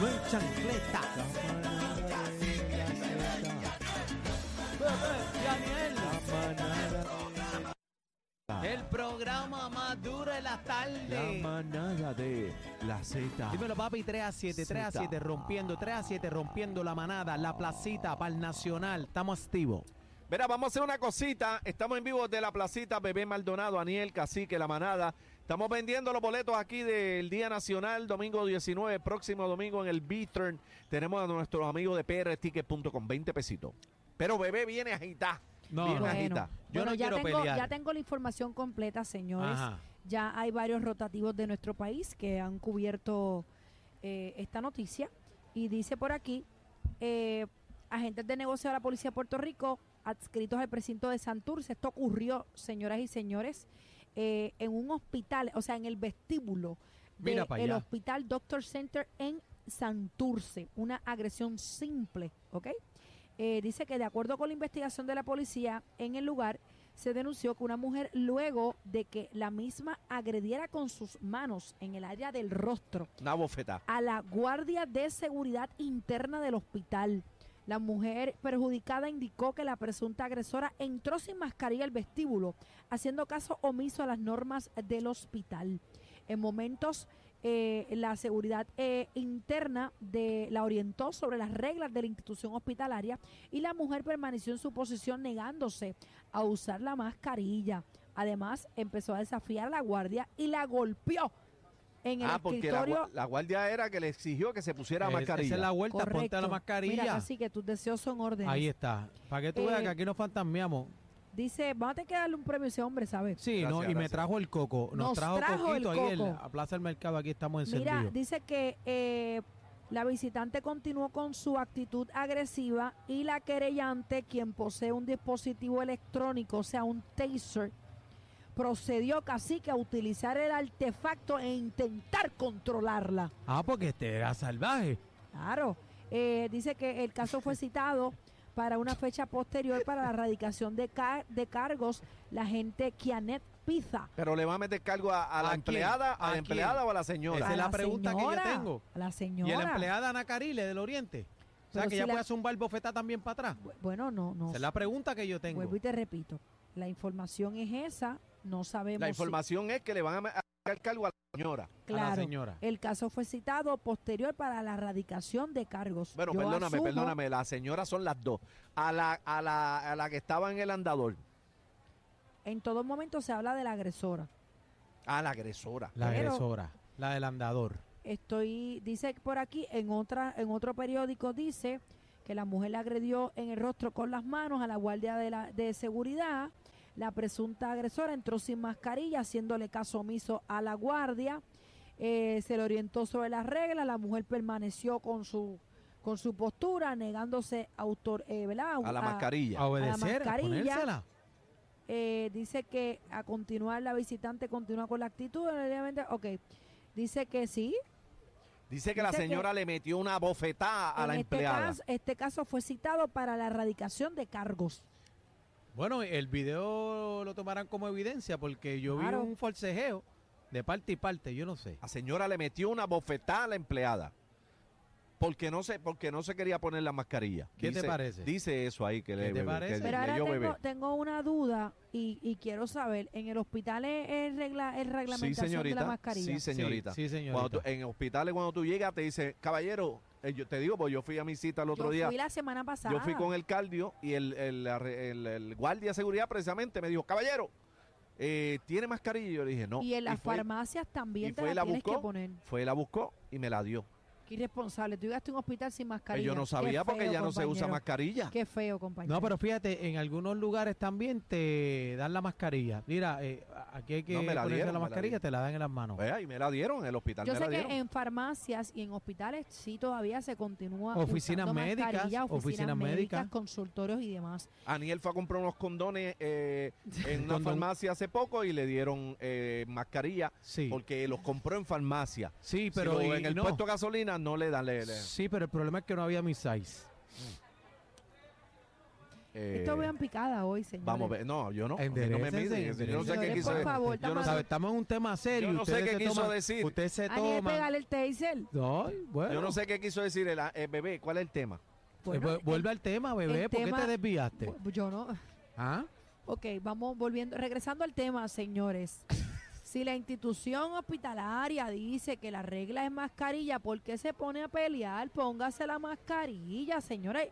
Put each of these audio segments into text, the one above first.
no hay chancleta. El programa más duro de la La tarde. manada de la Z. Dímelo, papi, 3 a 7, 3 a Zeta. 7, rompiendo, 3 a 7, rompiendo la manada, la placita, para el nacional. Estamos activos. Verá, vamos a hacer una cosita. Estamos en vivo de la placita Bebé Maldonado, Aniel Cacique, La Manada. Estamos vendiendo los boletos aquí del Día Nacional, domingo 19, próximo domingo en el B-Turn. Tenemos a nuestros amigos de prticket.com, 20 pesitos. Pero Bebé viene agitá. No, viene no. agitá. Yo no ya quiero tengo, pelear. Ya tengo la información completa, señores. Ajá. Ya hay varios rotativos de nuestro país que han cubierto eh, esta noticia. Y dice por aquí, eh, agentes de negocio de la Policía de Puerto Rico adscritos al precinto de Santurce. Esto ocurrió, señoras y señores, eh, en un hospital, o sea, en el vestíbulo del Mira pa' allá. Hospital Doctor Center en Santurce. Una agresión simple, ¿ok? Eh, dice que de acuerdo con la investigación de la policía en el lugar, se denunció que una mujer luego de que la misma agrediera con sus manos en el área del rostro Una bofetada. a la guardia de seguridad interna del hospital. La mujer perjudicada indicó que la presunta agresora entró sin mascarilla al vestíbulo, haciendo caso omiso a las normas del hospital. En momentos, eh, la seguridad eh, interna de, la orientó sobre las reglas de la institución hospitalaria y la mujer permaneció en su posición negándose a usar la mascarilla. Además, empezó a desafiar a la guardia y la golpeó en el Ah, porque la, escritorio gua- la guardia era que le exigió que se pusiera Es- Eh, Esa mascarilla. es la vuelta, ponte la Mira, mascarilla. así que tus deseos son órdenes. Ahí está. Para que tú Eh, veas que aquí nos fantasmeamos. Dice, vamos a tener que darle un premio a ese hombre, ¿sabes? Sí, Gracias, no, y me gracias. trajo el coco. Nos, Nos trajo, trajo el coquito ahí en coco. la Plaza del Mercado. Aquí estamos encendidos. Mira, dice que eh, la visitante continuó con su actitud agresiva y la querellante, quien posee un dispositivo electrónico, o sea, un taser, procedió casi que a utilizar el artefacto e intentar controlarla. Ah, porque este era salvaje. Claro. Eh, dice que el caso fue citado para una fecha posterior para la erradicación de, ca- de cargos. La gente Kianet Pizza. Pero le va a meter cargo a, a la ¿A quién? empleada, ¿A a la quién? empleada o a la señora. Esa A es la pregunta que yo señora, tengo. a la Y la señora. empleada Ana Carile del Oriente. O sea, Pero que si ella la- puede hacer un bofetá también para atrás. Bu- Bueno, no, no. Esa es la pregunta que yo tengo. Vuelvo y te repito. La información es esa. No sabemos. La si- información es que le van a meter cargo a la señora. A la claro. Eh, señora. El caso fue citado posterior para la erradicación de cargos. Bueno, Yo perdóname, asumo- perdóname, las señoras son las dos. A la, a la, a la que estaba en el andador, En todo momento se habla de la agresora. a la agresora. La Pero- agresora, la del andador. Estoy, dice por aquí, en otra, en otro periódico dice que la mujer la agredió en el rostro con las manos a la guardia de, la, de seguridad. La presunta agresora entró sin mascarilla, haciéndole caso omiso a la guardia. Eh, se le orientó sobre las reglas. La mujer permaneció con su con su postura, negándose autor, eh, ¿verdad? A la A- mascarilla. A obedecer, a, mascarilla. ponérsela. eh, dice que a continuar la visitante continúa con la actitud. obviamente, Ok, dice que sí, Dice que la Dice señora le metió una bofetada a en la este empleada. Caso, este caso fue citado para la erradicación de cargos. Bueno, el video lo tomarán como evidencia porque yo Claro. vi un forcejeo de parte y parte, yo no sé. La señora le metió una bofetada a la empleada. Porque no se, porque no se quería poner la mascarilla. ¿Qué te Dice- parece? Dice eso ahí que le, ¿Qué te bebé, que parece? le Pero ahora leyó tengo, bebé. tengo una duda y, y quiero saber, ¿en el hospital es, es regla, es Sí, reglamentación de la señorita. mascarilla? Sí, señorita. Sí, sí, señorita. Cuando tú- eh, en hospitales cuando tú llegas te dice, caballero, eh, yo te digo, pues yo fui a mi cita el otro Yo día. fui la semana pasada. Yo fui con el cardio y el, el- el- el guardia de seguridad precisamente me dijo, caballero, eh, ¿tiene mascarilla? Y yo le dije, no. Y en las fue, farmacias también y te fue la, y la tienes que buscó. poner. fue, la buscó y me la dio. Qué irresponsable. Tú llegaste a un hospital sin Que mascarilla. Pues yo no Qué sabía porque feo, ya no se usa compañero. mascarilla. Qué feo, compañero. No, pero fíjate, en algunos lugares también te dan la mascarilla. Mira, eh, aquí hay que No, me la ponerse dieron, la me la mascarilla, dieron. te la dan en las manos. Vea, y me la dieron en el hospital. Yo me sé la que dieron. en farmacias y en hospitales sí todavía se continúa Oficinas usando médicas, mascarilla, oficinas, oficinas médicas. médicas, consultorios y demás. Aniel fue a comprar unos condones eh, en una Condón. farmacia hace poco y le dieron eh, mascarilla Sí, porque los compró en farmacia. sí, Si pero lo- y- en el no. puesto de gasolina no le dan. le- le- Sí, pero el problema es que no había mi size. eh, Esto vean picada hoy, señor. vamos a ver. No, yo no. a mí No me Enderécense, miden. Yo no sé qué enderécense. quiso Por favor, yo no sé- ¿Sabe? Estamos en un tema serio. Yo no sé ustedes qué se quiso toman- decir. Ustedes se Aniel, toman. pégale el taser. No, bueno. Yo no sé qué quiso decir el, el bebé. ¿Cuál es el tema? Eh, Bueno, vu- vuelve al tema, bebé. el ¿Por tema- qué te desviaste? bu- Yo no. ¿Ah? Ok, vamos volviendo, regresando al tema, señores. Si la institución hospitalaria dice que la regla es mascarilla, ¿por qué se pone a pelear? Póngase la mascarilla, señores.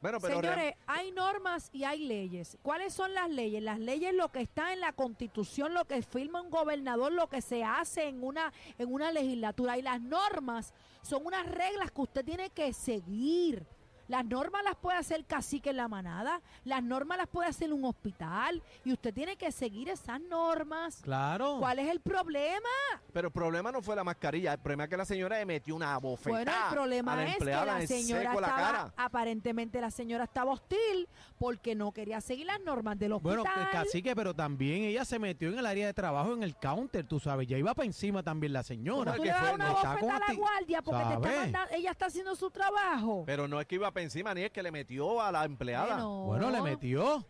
Bueno, pero real- Señores, hay normas y hay leyes. ¿Cuáles son las leyes? Las leyes lo que está en la constitución, lo que firma un gobernador, lo que se hace en una, en una legislatura. Y las normas son unas reglas que usted tiene que seguir. Las normas las puede hacer cacique en la manada, las normas las puede hacer un hospital y usted tiene que seguir esas normas. Claro. ¿Cuál es el problema? pero el problema no fue la mascarilla. El problema es que la señora le metió una bofetada. Bueno, el a la problema es que empleada la en señora seco la estaba, cara. aparentemente la señora estaba hostil porque no quería seguir las normas del hospital. Bueno, que- cacique, pero también ella se metió en el área de trabajo, en el counter, tú sabes. Ya iba para encima también la Pero señora. tú que le das fue, una no está bofeta a la conti- guardia porque te está ¿Sabe? mandando, ella está haciendo su trabajo. Pero no es que iba para encima, ni es que le metió a la empleada. Bueno. Bueno, le metió.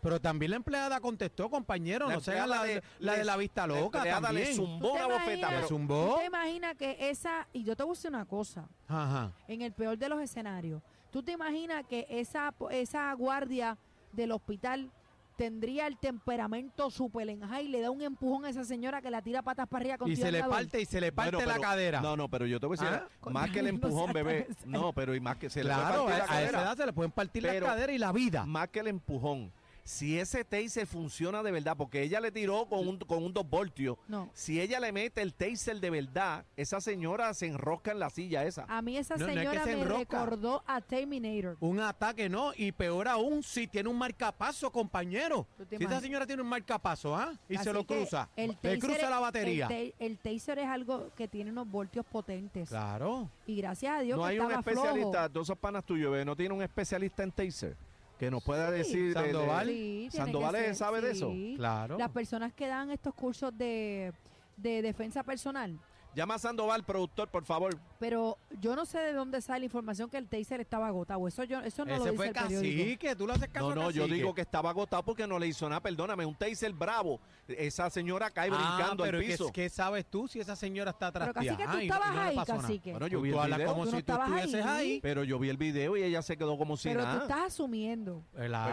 Pero también la empleada contestó, compañero. La no sea la, empleada le- la de le- la vista la loca empleada también. le ¿Tú zumbó te una bofeta. imaginas- Le pero- ¿Tú zumbó. te imaginas que esa, y yo te voy a decir una cosa, Ajá. en el peor de los escenarios, tú te imaginas que esa, po- esa guardia del hospital tendría el temperamento super enja y le da un empujón a esa señora que la tira patas para arriba con Y tu se le andador? parte y se le Bueno, parte la pero- cadera. No, no, pero yo te voy a decir, Ah. era- más que el empujón, bebé. No, pero y más que se le claro, fue a, a partir la a esa cadera. edad se le pueden partir Pero- la cadera y la vida. Más que el empujón. Si ese taser funciona de verdad, porque ella le tiró con un, con un dos voltios, No, si ella le mete el taser de verdad, esa señora se enrosca en la silla esa. a mí esa No, no es que señora se me enrosca. recordó a Terminator. Un ataque no, y peor aún si tiene un marcapaso, compañero. ¿Tú te Si esta imaginas? señora tiene un marcapaso, ¿ah? Y Así se lo que cruza. el le taser cruza es- la batería. El, ta- el taser es algo que tiene unos voltios potentes. Claro. Y gracias a Dios no que hay un estaba especialista, flojo. todos esos panas tuyos, bebé, no tiene un especialista en taser que nos pueda decir. de- de- Sandoval. Sí, tiene que Sandoval es- ser, sabe de eso. sí. Claro. Las personas que dan estos cursos de, de defensa personal. Llama a Sandoval, productor, por favor. Pero yo no sé de dónde sale la información que el taser estaba agotado. Eso yo eso no lo Ese dice fue el periódico. cacique, tú le haces caso No, a no, yo Cacique? digo que estaba agotado porque no le hizo nada, perdóname, un taser bravo. Esa señora cae brincando ah, pero al ¿qué- piso. ¿qué, sabes tú si esa señora está atrás Pero casi que tú Ay, no- estabas no le ahí, pasó nada. cacique. Bueno, yo vi tú el hablas video. como Tú no si tú estabas estuvieses ahí. ahí. Pero yo vi el video y ella se quedó como si Pero tú nada. estás asumiendo. Claro,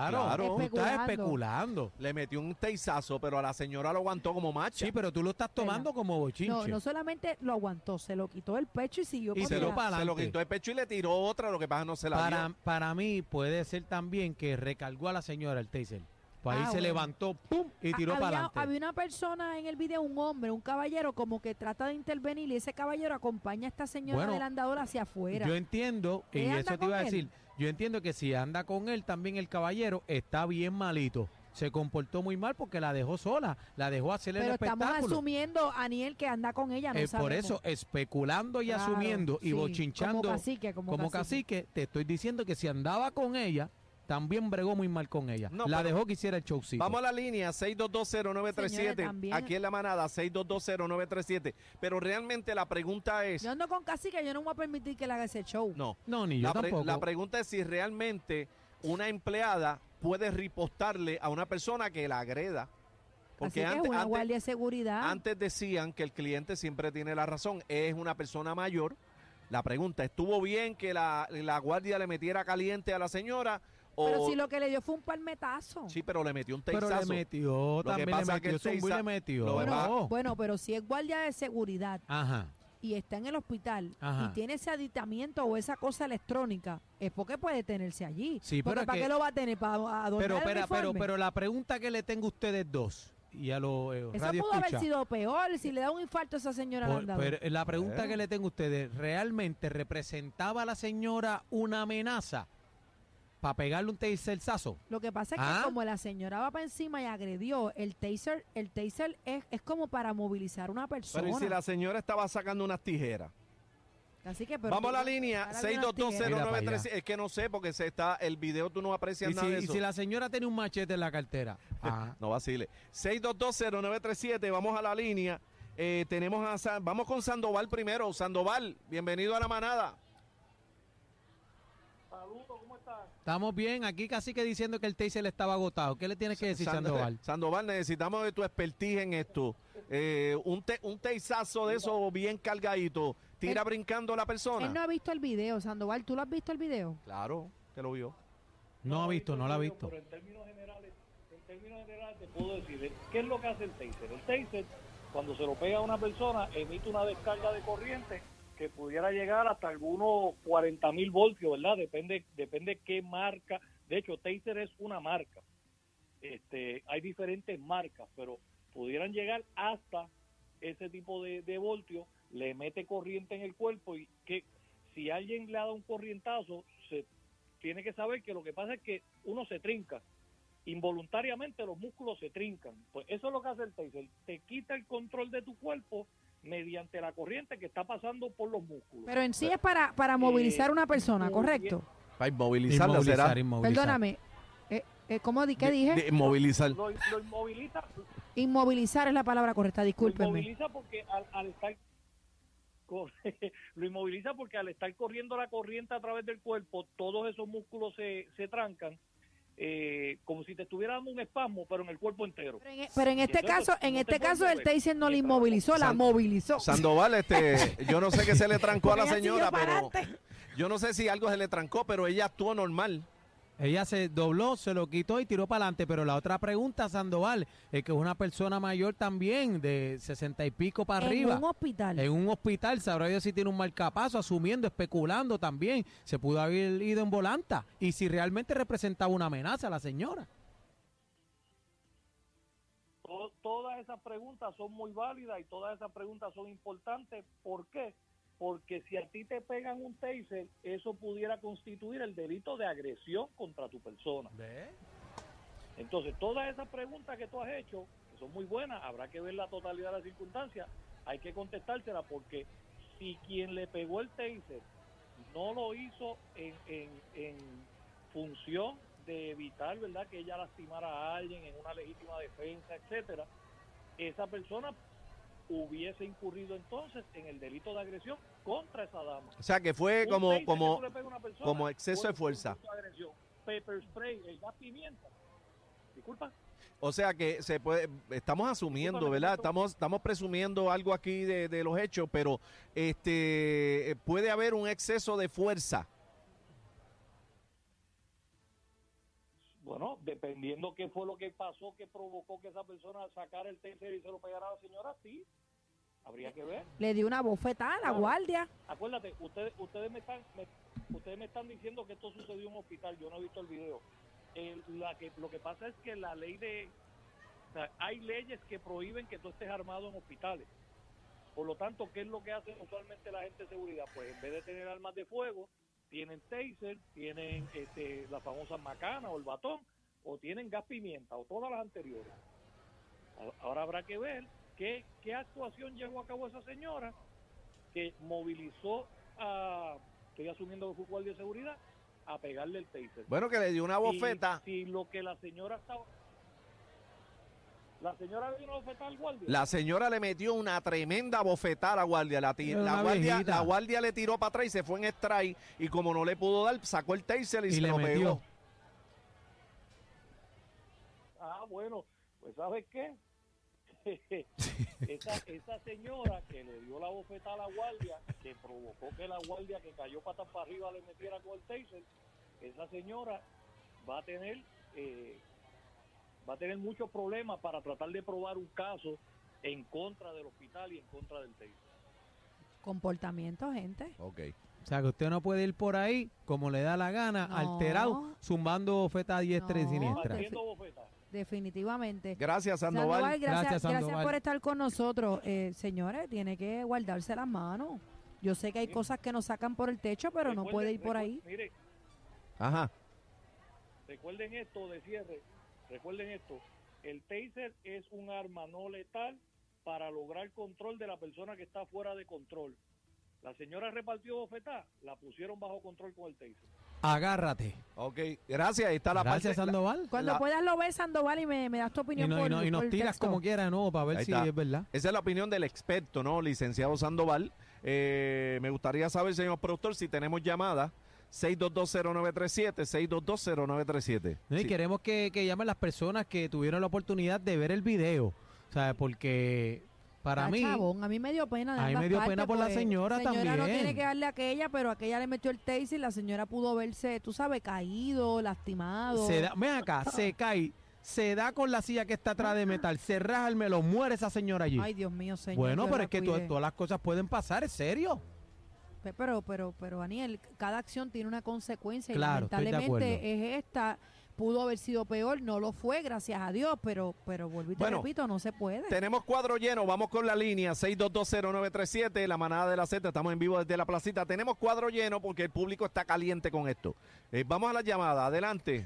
Pues claro. tú estás especulando. Le metió un teizazo, pero a la señora lo aguantó como macho. Sí, pero tú lo estás tomando como bochinche. No, no solamente lo aguantó, se lo quitó el pecho y siguió Y con se la- lo pa- se lo pa'lante. quitó el pecho y le tiró otra, lo que pasa no se la para, dio. para mí puede ser también que recargó a la señora el taser. Pues ahí Ah, se bueno. levantó, pum, y Ha- tiró había, para adelante. había una persona en el video, un hombre, un caballero, como que trata de intervenir y ese caballero acompaña a esta señora Bueno, del andador hacia afuera. Yo entiendo, y Ella eso anda te iba a con él. decir, yo entiendo que si anda con él también el caballero está bien malito. Se comportó muy mal porque la dejó sola, la dejó hacer el Pero estamos espectáculo. asumiendo, Aniel, que anda con ella, no Eh, por sabemos. eso, especulando y Claro, asumiendo y sí, bochinchando Como cacique, como, como cacique. cacique, te estoy diciendo que si andaba con ella, también bregó muy mal con ella. No, la pero- dejó que hiciera el showcito. Vamos a la línea 6220937. también- Aquí en la manada 6220937. Pero realmente la pregunta es, Yo ando con cacique, yo no me voy a permitir que le haga ese show. no, no, ni la, yo pre- tampoco. la pregunta es si realmente una empleada puede ripostarle a una persona que la agreda. Porque Así que es antes, una antes- guardia de seguridad. Antes decían que el cliente siempre tiene la razón. Es una persona mayor. La pregunta, ¿estuvo bien que la, la guardia le metiera caliente a la señora? O, pero si lo que le dio fue un palmetazo. Sí, pero le metió un pero le teizazo. metió, que también le pasa es que metió, el zumbó y Teiza- le metió. lo bueno, demás- No. bueno, pero si es guardia de seguridad Ajá. y está en el hospital Ajá. y tiene ese aditamiento o esa cosa electrónica, es porque puede tenerse allí. Sí, Porque pero es ¿Para que- qué lo va a tener? ¿Para adornar Pero, pero, el pero, uniforme? pero la pregunta que le tengo a ustedes dos y a los eh, Eso radio pudo escucha. haber sido peor si le da un infarto a esa señora al Por- andador. pero eh, la pregunta Bueno. que le tengo a ustedes, ¿realmente representaba a la señora una amenaza para pegarle un taserzazo? Lo que pasa es que Ah. como la señora va para encima y agredió, el taser, el taser es, es como para movilizar a una persona. Pero ¿y si la señora estaba sacando unas tijeras? Así que, pero Vamos a la tú- línea ahora viene la tijera. 6220937. Mira pa' Es que no sé porque se está el video tú no aprecias ¿Y si, nada de y eso. si la señora tiene un machete en la cartera? Ah, Ajá. No vacile. 6220937, vamos a la línea. Eh, tenemos a San- vamos con Sandoval primero. Sandoval, bienvenido a la manada. Estamos bien, aquí casi que diciendo que el Taser estaba agotado. ¿Qué le tienes que decir, Sand- Sandoval? Sandoval, necesitamos de tu expertise en esto. Eh, un, te- un teizazo de eso bien cargadito. Tira Él- brincando la persona. Él no ha visto el video, Sandoval. ¿Tú lo has visto el video? Claro, que lo vio. No ha visto, no la ha visto. Pero en términos generales, en términos generales te puedo decir eh, qué es lo que hace el taser. El taser, cuando se lo pega a una persona, emite una descarga de corriente que pudiera llegar hasta algunos 40 mil voltios, ¿verdad? Depende, depende qué marca. De hecho, taser es una marca. Este, hay diferentes marcas, pero pudieran llegar hasta ese tipo de, de voltios, le mete corriente en el cuerpo y que si alguien le ha dado un corrientazo, se tiene que saber que lo que pasa es que uno se trinca. Involuntariamente los músculos se trincan. Pues eso es lo que hace el taser. Te quita el control de tu cuerpo mediante la corriente que está pasando por los músculos. Pero en sí es para, para movilizar a una persona, eh, ¿correcto? Para inmovilizarla será. inmovilizar. Perdóname. Eh, eh, ¿Cómo di que De- dije? de inmovilizar. lo, lo inmoviliza, lo Inmovilizar es la palabra correcta, discúlpenme. inmoviliza porque al, al estar cor- lo inmoviliza porque al estar corriendo la corriente a través del cuerpo, todos esos músculos se, se trancan, eh, como si te estuviera dando un espasmo, pero en el cuerpo entero. Pero en, pero en este Eso no- caso, en no te este caso puedes el mover. Taser no la inmovilizó, la San- movilizó. Sandoval, este, yo no sé qué se le trancó a la Ella siguió señora, para pero adelante. yo no sé si algo se le trancó, pero ella actuó normal. Ella se dobló, se lo quitó y tiró para adelante. Pero la otra pregunta, Sandoval, es que es una persona mayor también, de sesenta y pico para arriba. En un hospital. En un hospital, sabrá Dios si tiene un marcapaso, asumiendo, especulando también. Se pudo haber ido en volanta. Y si realmente representaba una amenaza a la señora. To- todas esas preguntas son muy válidas y todas esas preguntas son importantes. ¿Por qué? Porque si a ti te pegan un taser, eso pudiera constituir el delito de agresión contra tu persona. Entonces, todas esas preguntas que tú has hecho, que son muy buenas, habrá que ver la totalidad de las circunstancias, hay que contestárselas porque si quien le pegó el taser no lo hizo en, en, en función de evitar, ¿verdad?, que ella lastimara a alguien en una legítima defensa, etcétera, esa persona hubiese incurrido entonces en el delito de agresión contra esa dama. O sea, que fue Un taser como, que como, tú le pegas a una persona como exceso de puede ser fuerza. un delito de agresión. Pepper spray, el gas pimienta. Disculpa. o sea que se puede, estamos asumiendo, Discúlpame, ¿verdad? Tito. Estamos, estamos presumiendo algo aquí de, de los hechos, pero este puede haber un exceso de fuerza. Bueno, dependiendo qué fue lo que pasó que provocó que esa persona sacara el taser y se lo pegara a la señora, sí. Habría que ver. Le dio una bofetada a la Claro. guardia. Acuérdate, ustedes ustedes me están me- ustedes me están diciendo que esto sucedió en un hospital, yo no he visto el video. Eh, la que lo que pasa es que la ley de o sea, hay leyes que prohíben que tú estés armado en hospitales. Por lo tanto, ¿qué es lo que hace usualmente la gente de seguridad? Pues en vez de tener armas de fuego, tienen taser, tienen este, la famosa macana o el batón, o tienen gas pimienta, o todas las anteriores. A- Ahora habrá que ver qué, qué actuación llevó a cabo esa señora que movilizó a, estoy asumiendo que fue un guardia de seguridad, a pegarle el taser. Bueno, que le dio una Si- bofeta. Si, lo que la señora estaba... La señora vino a bofetar al guardia. La señora le metió una tremenda bofetada a la guardia. La, ti- Era la una guardia, viejita. la guardia le tiró para atrás y se fue en strike. Y como no le pudo dar, sacó el taser y, Y se le lo metió. pegó. Ah, bueno, pues ¿sabes qué? esa, esa señora que le dio la bofeta a la guardia, que provocó que la guardia que cayó patas para arriba le metiera con el taser, esa señora va a tener eh, va a tener muchos problemas para tratar de probar un caso en contra del hospital y en contra del taser. Comportamiento, gente. Ok. O sea, que usted no puede ir por ahí como le da la gana, No. alterado, zumbando feta a diestra y No. pues, siniestra. Haciendo bofetas. Definitivamente. Gracias, Sandoval. Sandoval, gracias, Gracias, gracias Sandoval. por estar con nosotros. Eh, señores, tiene que guardarse las manos. Yo sé que hay Sí. cosas que nos sacan por el techo, pero no Recuerden- puede ir por recuer- ahí. Mire, Ajá. Recuerden esto de cierre, recuerden esto, el taser es un arma no letal para lograr control de la persona que está fuera de control. La señora repartió bofetá, la pusieron bajo control con el taser. Agárrate. Ok. Gracias. Ahí está la Gracias, parte. Sandoval. Cuando La- puedas lo ves, Sandoval, y me, me das tu Y, opinión no- y por, no- y por nos tiras texto. como quieras de nuevo para ver Ahí si está. es verdad. Esa es la opinión del experto, ¿no? Licenciado Sandoval. Eh, me gustaría saber, señor productor, si tenemos llamada. 6220937, 6220937. ¿no? Y Sí. queremos que, que llamen las personas que tuvieron la oportunidad de ver el video. ¿Sabes? Porque para Ah, mí. chabón, a mí me dio pena. de A mí ambas me dio partes, pena por la porque señora señora no también. tiene que darle a aquella, pero aquella le metió el taser y la señora pudo verse, tú sabes, caído, lastimado. Se da, ven acá, se cae, se da con la silla que está atrás de metal, se raja el melón, muere esa señora allí. Ay, Dios mío, señor. bueno, Dios pero la es que to- cuide. todas las cosas pueden pasar, ¿es serio? Pe- Pero, pero, pero, Aniel, cada acción tiene una consecuencia Claro, y estoy de lamentablemente es esta. Pudo haber sido peor, no lo fue, gracias a Dios, pero, pero vuelvo y te Bueno, repito, no se puede. Tenemos cuadro lleno, vamos con la línea 6220937, la manada de la Z, estamos en vivo desde la placita. Tenemos cuadro lleno porque el público está caliente con esto. Eh, vamos a la llamada, adelante.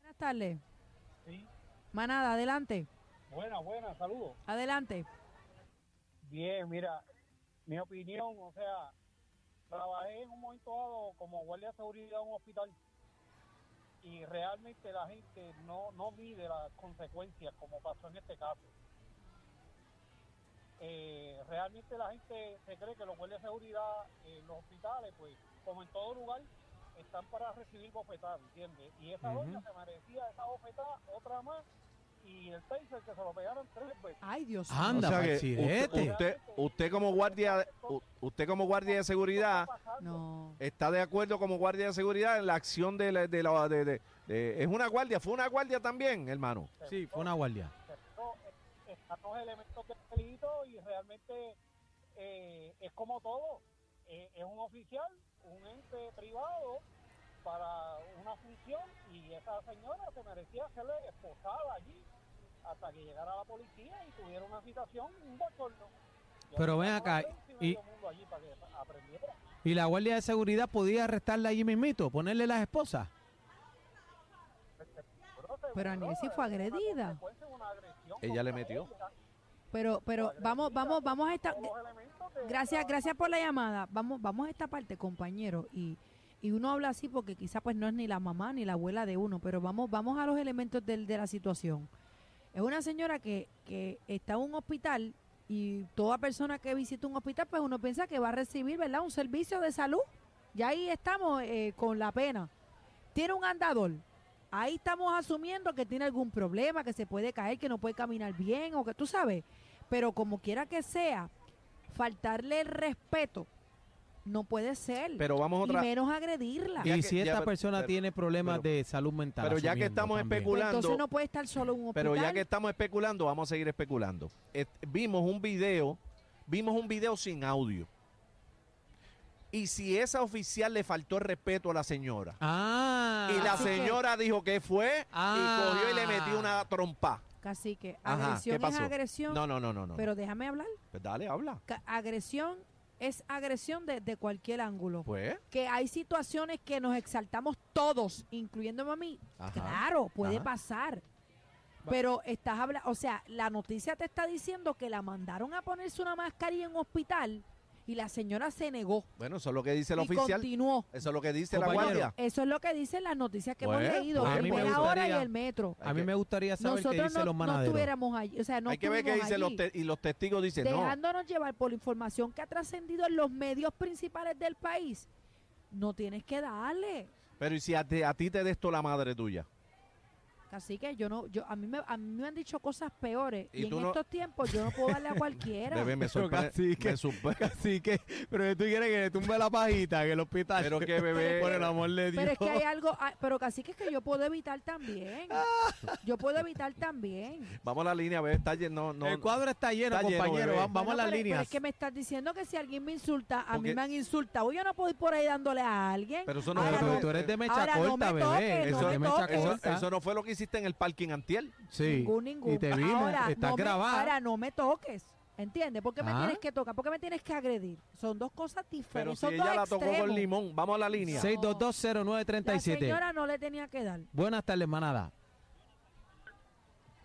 Buenas tardes. Sí. Manada, adelante, Buena, buena, saludos. adelante. Bien, mira, mi opinión, o sea, trabajé en un momento dado como guardia de seguridad en un hospital y realmente la gente no, no mide las consecuencias como pasó en este caso. Eh, realmente la gente se cree que los guardias de seguridad en los hospitales, pues, como en todo lugar, están para recibir bofetadas, ¿entiendes? Y esa Ujú. doña se merecía esa bofetada, otra más, y el taser que se lo pegaron tres veces. Ay, Dios mío. Anda, O sea que Falsirete. usted, usted, usted como guardia, u- usted como guardia de seguridad No. está de acuerdo como guardia de seguridad en la acción de la, de la- de- de- de- es una guardia, fue una guardia también, hermano. Sí, fue una guardia. Pero, eh, están los elementos de peligro y realmente eh, es como todo. Eh, es un oficial, un ente privado para una función y esa señora se merecía serle esposada allí hasta que llegara la policía y tuviera una situación, un bochorno. Yo Pero ven estaba acá, en medio y- mundo allí para que aprendiera. ¿Y la guardia de seguridad podía arrestarla allí mismito, ponerle las esposas? Pero Aniel sí fue agredida. Consecuencia de una agresión Ella le contra metió. ella. Pero, pero vamos, vamos, vamos a esta. Son los pues, elementos de- Gracias, gracias por la llamada. Vamos, vamos a esta parte, compañero. Y, y uno habla así porque quizá pues no es ni la mamá ni la abuela de uno, pero vamos, vamos a los elementos del- de la situación. Es una señora que, que está en un hospital y toda persona que visita un hospital, pues uno piensa que va a recibir, ¿verdad? Un servicio de salud. Y ahí estamos eh, con la pena. Tiene un andador. Ahí estamos asumiendo que tiene algún problema, que se puede caer, que no puede caminar bien o que tú sabes. Pero como quiera que sea, faltarle el respeto no puede ser. Pero vamos a y otra. menos agredirla. Pues Y Ya que- si esta ya, persona pero- tiene problemas pero- de salud mental. pero ya que asumiendo estamos también. Pues especulando- entonces no puede estar solo en un hospital. Pero ya que estamos especulando, vamos a seguir especulando. Et- vimos un video, vimos un video sin audio. Y si esa oficial le faltó el respeto a la señora. Ah, y la así que- señora dijo que fue Ah. y cogió y le metió una trompa. Casi que Ajá, ¿qué agresión es pasó? agresión. No, no, no, no, no. Pero déjame hablar. Pues dale, habla. Ca- Agresión es agresión desde cualquier ángulo. Pues, que hay situaciones que nos exaltamos todos, incluyéndome a mí. Ajá, Claro, puede ajá. pasar. Pero estás hablando, o sea, la noticia te está diciendo que la mandaron a ponerse una mascarilla en un hospital y la señora se negó bueno, eso es lo que dice el y oficial. continuó. Eso es lo que dice la Compañero. guardia. Eso es lo que dicen las noticias que Pues, hemos leído, pues, a mí me la hora y gustaría- el metro. a mí me gustaría saber qué Nosotros dicen no, los no manaderos. estuviéramos allí, o sea, no Hay que ver qué estuvimos dicen los allí. te- y los testigos dicen no. dejándonos llevar por la información que ha trascendido en los medios principales del país. No tienes que darle. Pero y si a, te- a ti te de esto la madre tuya. Así que yo no, yo a mí me, a mí me han dicho cosas peores Y y, en tú no- estos tiempos yo no puedo darle a cualquiera. Bebé, me Pero sorprende. casi que- me sorprende. Así que, pero si tú quieres que le tumbe la pajita en el hospital. Pero que bebé. Por el amor de Dios. Pero es que hay algo, ah, pero casi que es que yo puedo evitar también. Yo puedo evitar también. Vamos a la línea, bebé. Está lleno. No, el cuadro está lleno, Está lleno, compañero. bebé. Vamos Bueno, a las pero- pero líneas. Es que me estás diciendo que si alguien me insulta, a Porque- mí me han insultado. Yo no puedo ir por ahí dándole a alguien. Pero eso no Ah, Pero Ahora fue- tú- tú eres de ¿ah? mecha ahora no corta, me bebé. toques, Eso no es de me mecha toques. Eso, corta. eso no fue lo que hiciste en el parking antiel. sí. Ningún, ningún. Ah, Y te vimos, Ahora, estás no me- grabada. ahora no me toques. ¿Entiendes? ¿Por qué me Ah. tienes que tocar? ¿Por qué me tienes que agredir? Son dos cosas Pero diferentes. si son dos ella la tocó con extremos. limón, vamos a la línea. Sí. 6220937. La señora no le tenía que dar. Buenas tardes, manada.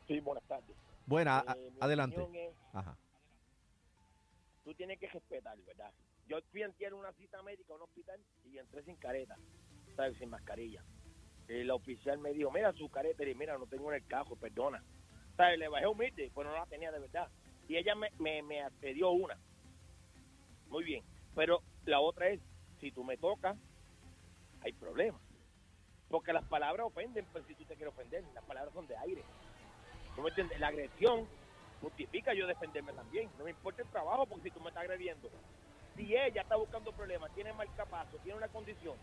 Sí, buenas tardes. Bueno, a- Eh, mi Ah, adelante. opinión es, Ajá. tú tienes que respetar, ¿verdad? Yo fui antier a una cita médica a un hospital y entré sin careta, ¿sabes? Sin mascarilla. Eh, la oficial me dijo, mira su careta, y le dije, mira, no tengo en el cajo, perdona. ¿Sabes? Le bajé un mite, pues no la tenía de verdad. Y ella me, me, me accedió una. Muy bien. Pero la otra es, si tú me tocas, hay problemas. Porque las palabras ofenden, pero si tú te quieres ofender, las palabras son de aire. ¿Tú me entiendes? La agresión justifica yo defenderme también. No me importa el trabajo porque si tú me estás agrediendo. Si ella está buscando problemas, tiene mal capazo, tiene una condición,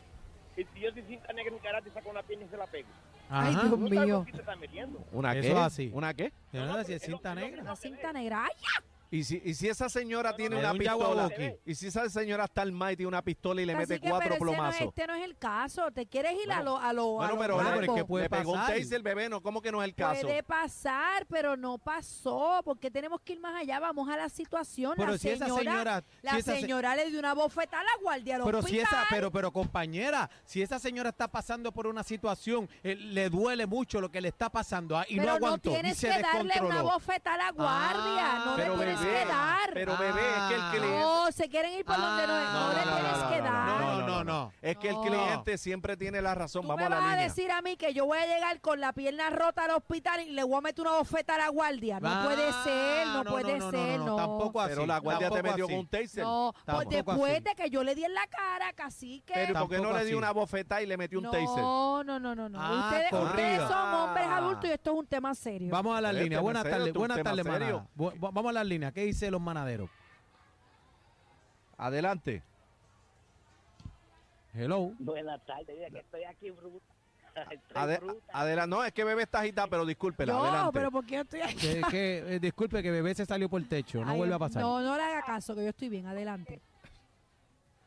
y si yo soy cinta negra en karate, saco una pierna y se la pego. Ay, Ajá. Dios ¿Tú sabes mío. con quién te estás metiendo? ¿Una Eso qué? es así. ¿Una qué? Yo no No, no, sé si es pero es cinta lo- es lo- negra. Una cinta negra. ¡Ay! ¿Y si, y si esa señora No, tiene no, una no, no, pistola? no, no. ¿Y si esa señora está al y tiene una pistola y le Cacique, mete cuatro pero ese no es- plomazos? este no es el caso. Te quieres ir a lo a lo, a Bueno, lo pero, Bueno, bravo. pero es que puede le pegó un pasar. taser, bebé, ¿no? ¿Cómo que no es el caso? Puede pasar, pero no pasó, porque tenemos que ir más allá, vamos a la situación. Pero la si esa señora, señora, la si esa se- señora le dio una bofetada a la guardia al pero si hospital. esa, pero, pero compañera, si esa señora está pasando por una situación, eh, le duele mucho lo que le está pasando ah, y no Pero aguantó y tienes se que darle una descontroló. bofetada a la guardia, Ah, no le pero bebé, tienes que dar. Pero bebé, es que el cliente... Ah, no, se quieren ir por donde no, es, no, Ah, le no, no, tienes no, que no, dar. no, no, no, Es que el No. cliente siempre tiene la razón. Tú Vamos me a la vas a línea. decir a mí que yo voy a llegar con la pierna rota al hospital y le voy a meter una bofeta a la guardia. No Ah, puede ser, no, no, puede no, no, no, ser, no. no, tampoco así. Pero la guardia te tampoco metió así. con un taser. No, pues Tampoco después así. de que yo le di en la cara, cacique. Pero ¿y por qué no Tampoco le así. dio una bofetada y le metió un taser? No, no, no, no, no. Ah, ustedes, corrido. ustedes son hombres adultos y esto es un tema serio. Vamos a las Pero líneas. tema Buenas serio, tardes, esto es un buenas tema tardes, serio. manada. Bu- bu- Vamos a las líneas. ¿Qué dicen los manaderos? Adelante. Hello. Buenas tardes, mira que estoy aquí bruta. Estoy Ade- bruta. adela- no, es que bebé está agitada, pero discúlpela. no, adelante. pero ¿por qué yo estoy aquí? Que- que, eh, disculpe que bebé se salió por el techo. No Ay, vuelve a pasar. No, no le haga caso, que yo estoy bien. Adelante.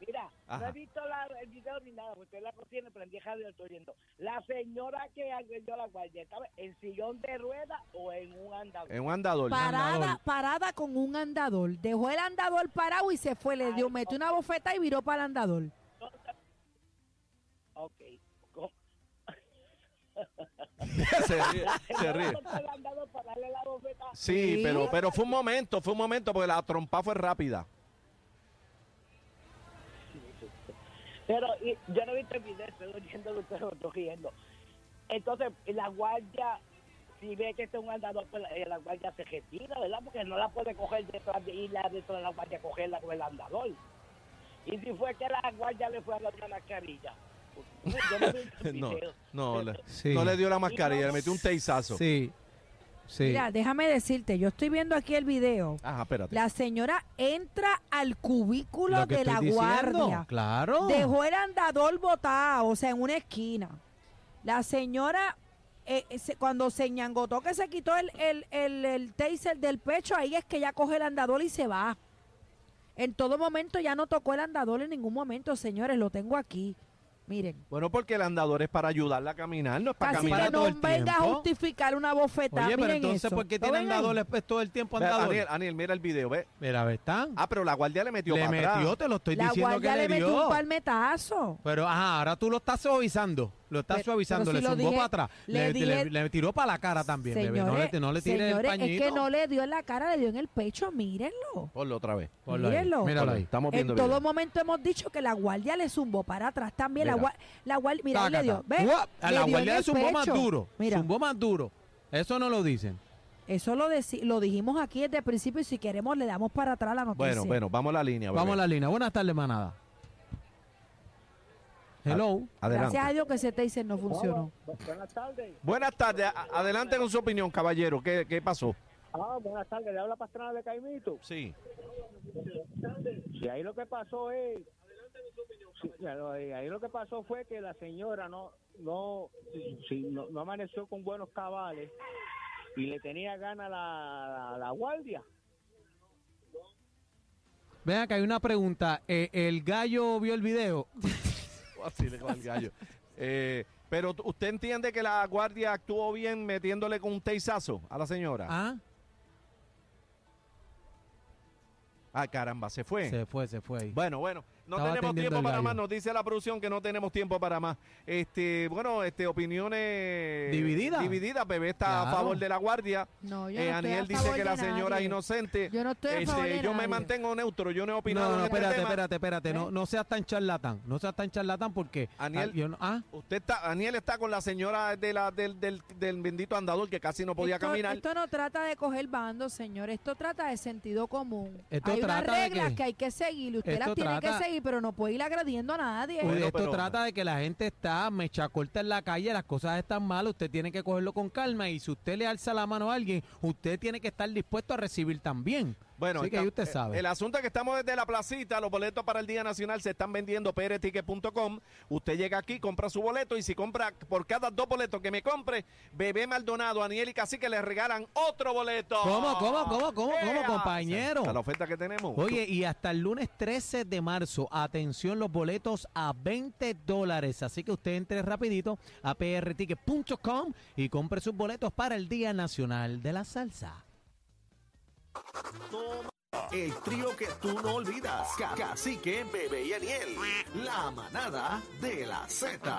Mira, no Ajá. he visto la- el video ni nada, porque la cocina, pero en vieja lo estoy viendo. La señora que agredió a la guardia, ¿estaba en sillón de ruedas o en un andador? En un andador. Parada, andador. parada con un andador. Dejó el andador parado y se fue. Le dio, Ay, metió una bofeta y viró para el andador. Ok. Co- se ríe. Se ríe. Con el andador para darle la bofeta. Sí, Sí. Pero, pero fue un momento, fue un momento, porque la trompa fue rápida. Pero y, yo no he visto el video, estoy oyendo lo que ustedes lo estoy riendo. Entonces, y la guardia, si ve que este es un andador, pues la, eh, la guardia se retira, ¿verdad? Porque no la puede coger detrás de irla dentro de la guardia, cogerla con el andador. Y si fue que la guardia le fue a dar una mascarilla. Yo no he visto el No, video. no, le, Sí. no le dio la mascarilla, le metió un teizazo. Sí. Sí. Mira, déjame decirte, yo estoy viendo aquí el video. Ajá, espérate. La señora entra al cubículo Lo que de la estoy diciendo, guardia. Claro. Dejó el andador botado, o sea, en una esquina. La señora, eh, eh, se- cuando se ñangotó que se quitó el, el, el, el taser del pecho, ahí es que ya coge el andador y se va. En todo momento ya no tocó el andador en ningún momento, señores, lo tengo aquí. Miren. Bueno, porque el andador es para ayudarla a caminar, no es para Así caminar. que todo el no venga a tiempo. justificar una bofetada. Oye, pero Miren entonces, eso. ¿por qué ¿Lo tiene ven ahí? andador después todo el tiempo Ve, andador? Aniel, Aniel, mira el video, ve. Mira, ve, están. Ah, pero la guardia le metió le para atrás. metió, te lo estoy La diciendo que guardia le, le metió dio. un palmetazo. Pero ajá, ahora tú lo estás suavizando, lo estás Pero- suavizando, pero si le lo zumbó dije- para atrás, le le, dije- le- le tiró para la cara también, bebé. No le, no le tire señores, el pañito. es que no le dio en la cara, le dio en el pecho, mírenlo. Ponlo otra vez. Ponlo ahí, mírenlo. míralo ahí. Estamos viendo En el todo video. momento hemos dicho que la guardia le zumbó para atrás también. La, Mira. guar- la guardia, mira, ahí le dio. Tácata. ¿Ves? Uah, A Le la dio guardia en le el zumbó más pecho. duro. Mira. Zumbó más duro. Eso no lo dicen. Ah, Eso lo, deci- lo dijimos aquí desde el principio y si queremos le damos para atrás la noticia. Bueno, bueno, vamos a la línea. bebé. Vamos a la línea. Buenas tardes, manada. Ah. Hello. Adelante. Gracias a Dios que ese taser no funcionó. Bu- Buenas tardes. Buenas tardes. a- Adelante con su opinión, caballero. ¿Qué, qué pasó? Ah, buenas tardes. Le habla Pastrana de Caimito. Sí. Y ahí lo que pasó es. Sí, claro, y ahí lo que pasó fue que la señora no no, sí, no no amaneció con buenos cabales y le tenía gana la, la, la guardia. Vean que hay una pregunta. Eh, ¿El gallo vio el video? Así Oh, le coge el gallo. Eh, pero t- usted entiende que la guardia actuó bien metiéndole con un teizazo a la señora. Ah, Ah, caramba, se fue. Ah, se fue, se fue ahí. Bueno, bueno. No Estaba tenemos atendiendo tiempo el para gallo. más, nos dice la producción que no tenemos tiempo para más. Este, bueno, este, opiniones Divididas. Divididas, bebé está a Claro. favor de la guardia. No, yo Eh, no estoy a Aniel dice favor que de la señora es nadie. inocente. Yo no estoy a Este, favor de yo me nadie. mantengo neutro, yo no he No, opinado no, en este espérate, tema. ¿Eh? espérate, espérate. No, no seas tan charlatán. No seas tan charlatán porque. Aniel- ah, yo no- ah, Usted está, Daniel está con la señora de la, del, del, del bendito andador que casi no podía esto, caminar. Esto no trata de coger bandos, señor. Esto trata de sentido común. Esto hay trata unas de reglas que- que hay que seguir. y Usted las esto tiene trata- que seguir, pero no puede ir agrediendo a nadie. Bueno, esto pero- trata de que la gente está mecha corta en la calle, las cosas están mal, usted tiene que cogerlo con calma y si usted le alza la mano a alguien, usted tiene que estar dispuesto a recibir también. Bueno, Así que ahí está- eh, usted sabe. El asunto es que estamos desde la placita, los boletos para el Día Nacional se están vendiendo prticket.com. Usted llega aquí, compra su boleto y si compra por cada dos boletos que me compre, Bebé Maldonado, Aniel y Cacique le regalan otro boleto. ¿Cómo, cómo, cómo, cómo, cómo, ¡Ea! compañero? Esa es La oferta que tenemos. Oye, y hasta el lunes 13 de marzo, atención, los boletos a 20 dólares. Así que usted entre rapidito a prticket.com y compre sus boletos para el Día Nacional de la Salsa. El trío que tú no olvidas. Ca- Cacique, bebé y Aniel. La manada de la Z.